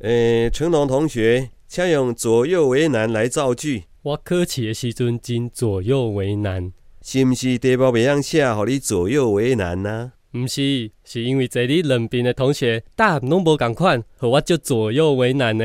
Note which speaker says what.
Speaker 1: 呃，成龙同学，请用左右为难来造句，
Speaker 2: 我考试的时阵真左右为难，
Speaker 1: 是毋是题目袂晓写，互你左右为难啊呐、
Speaker 2: 毋是，是因为坐你两边的同学答案拢无共款，互我足左右为难呢。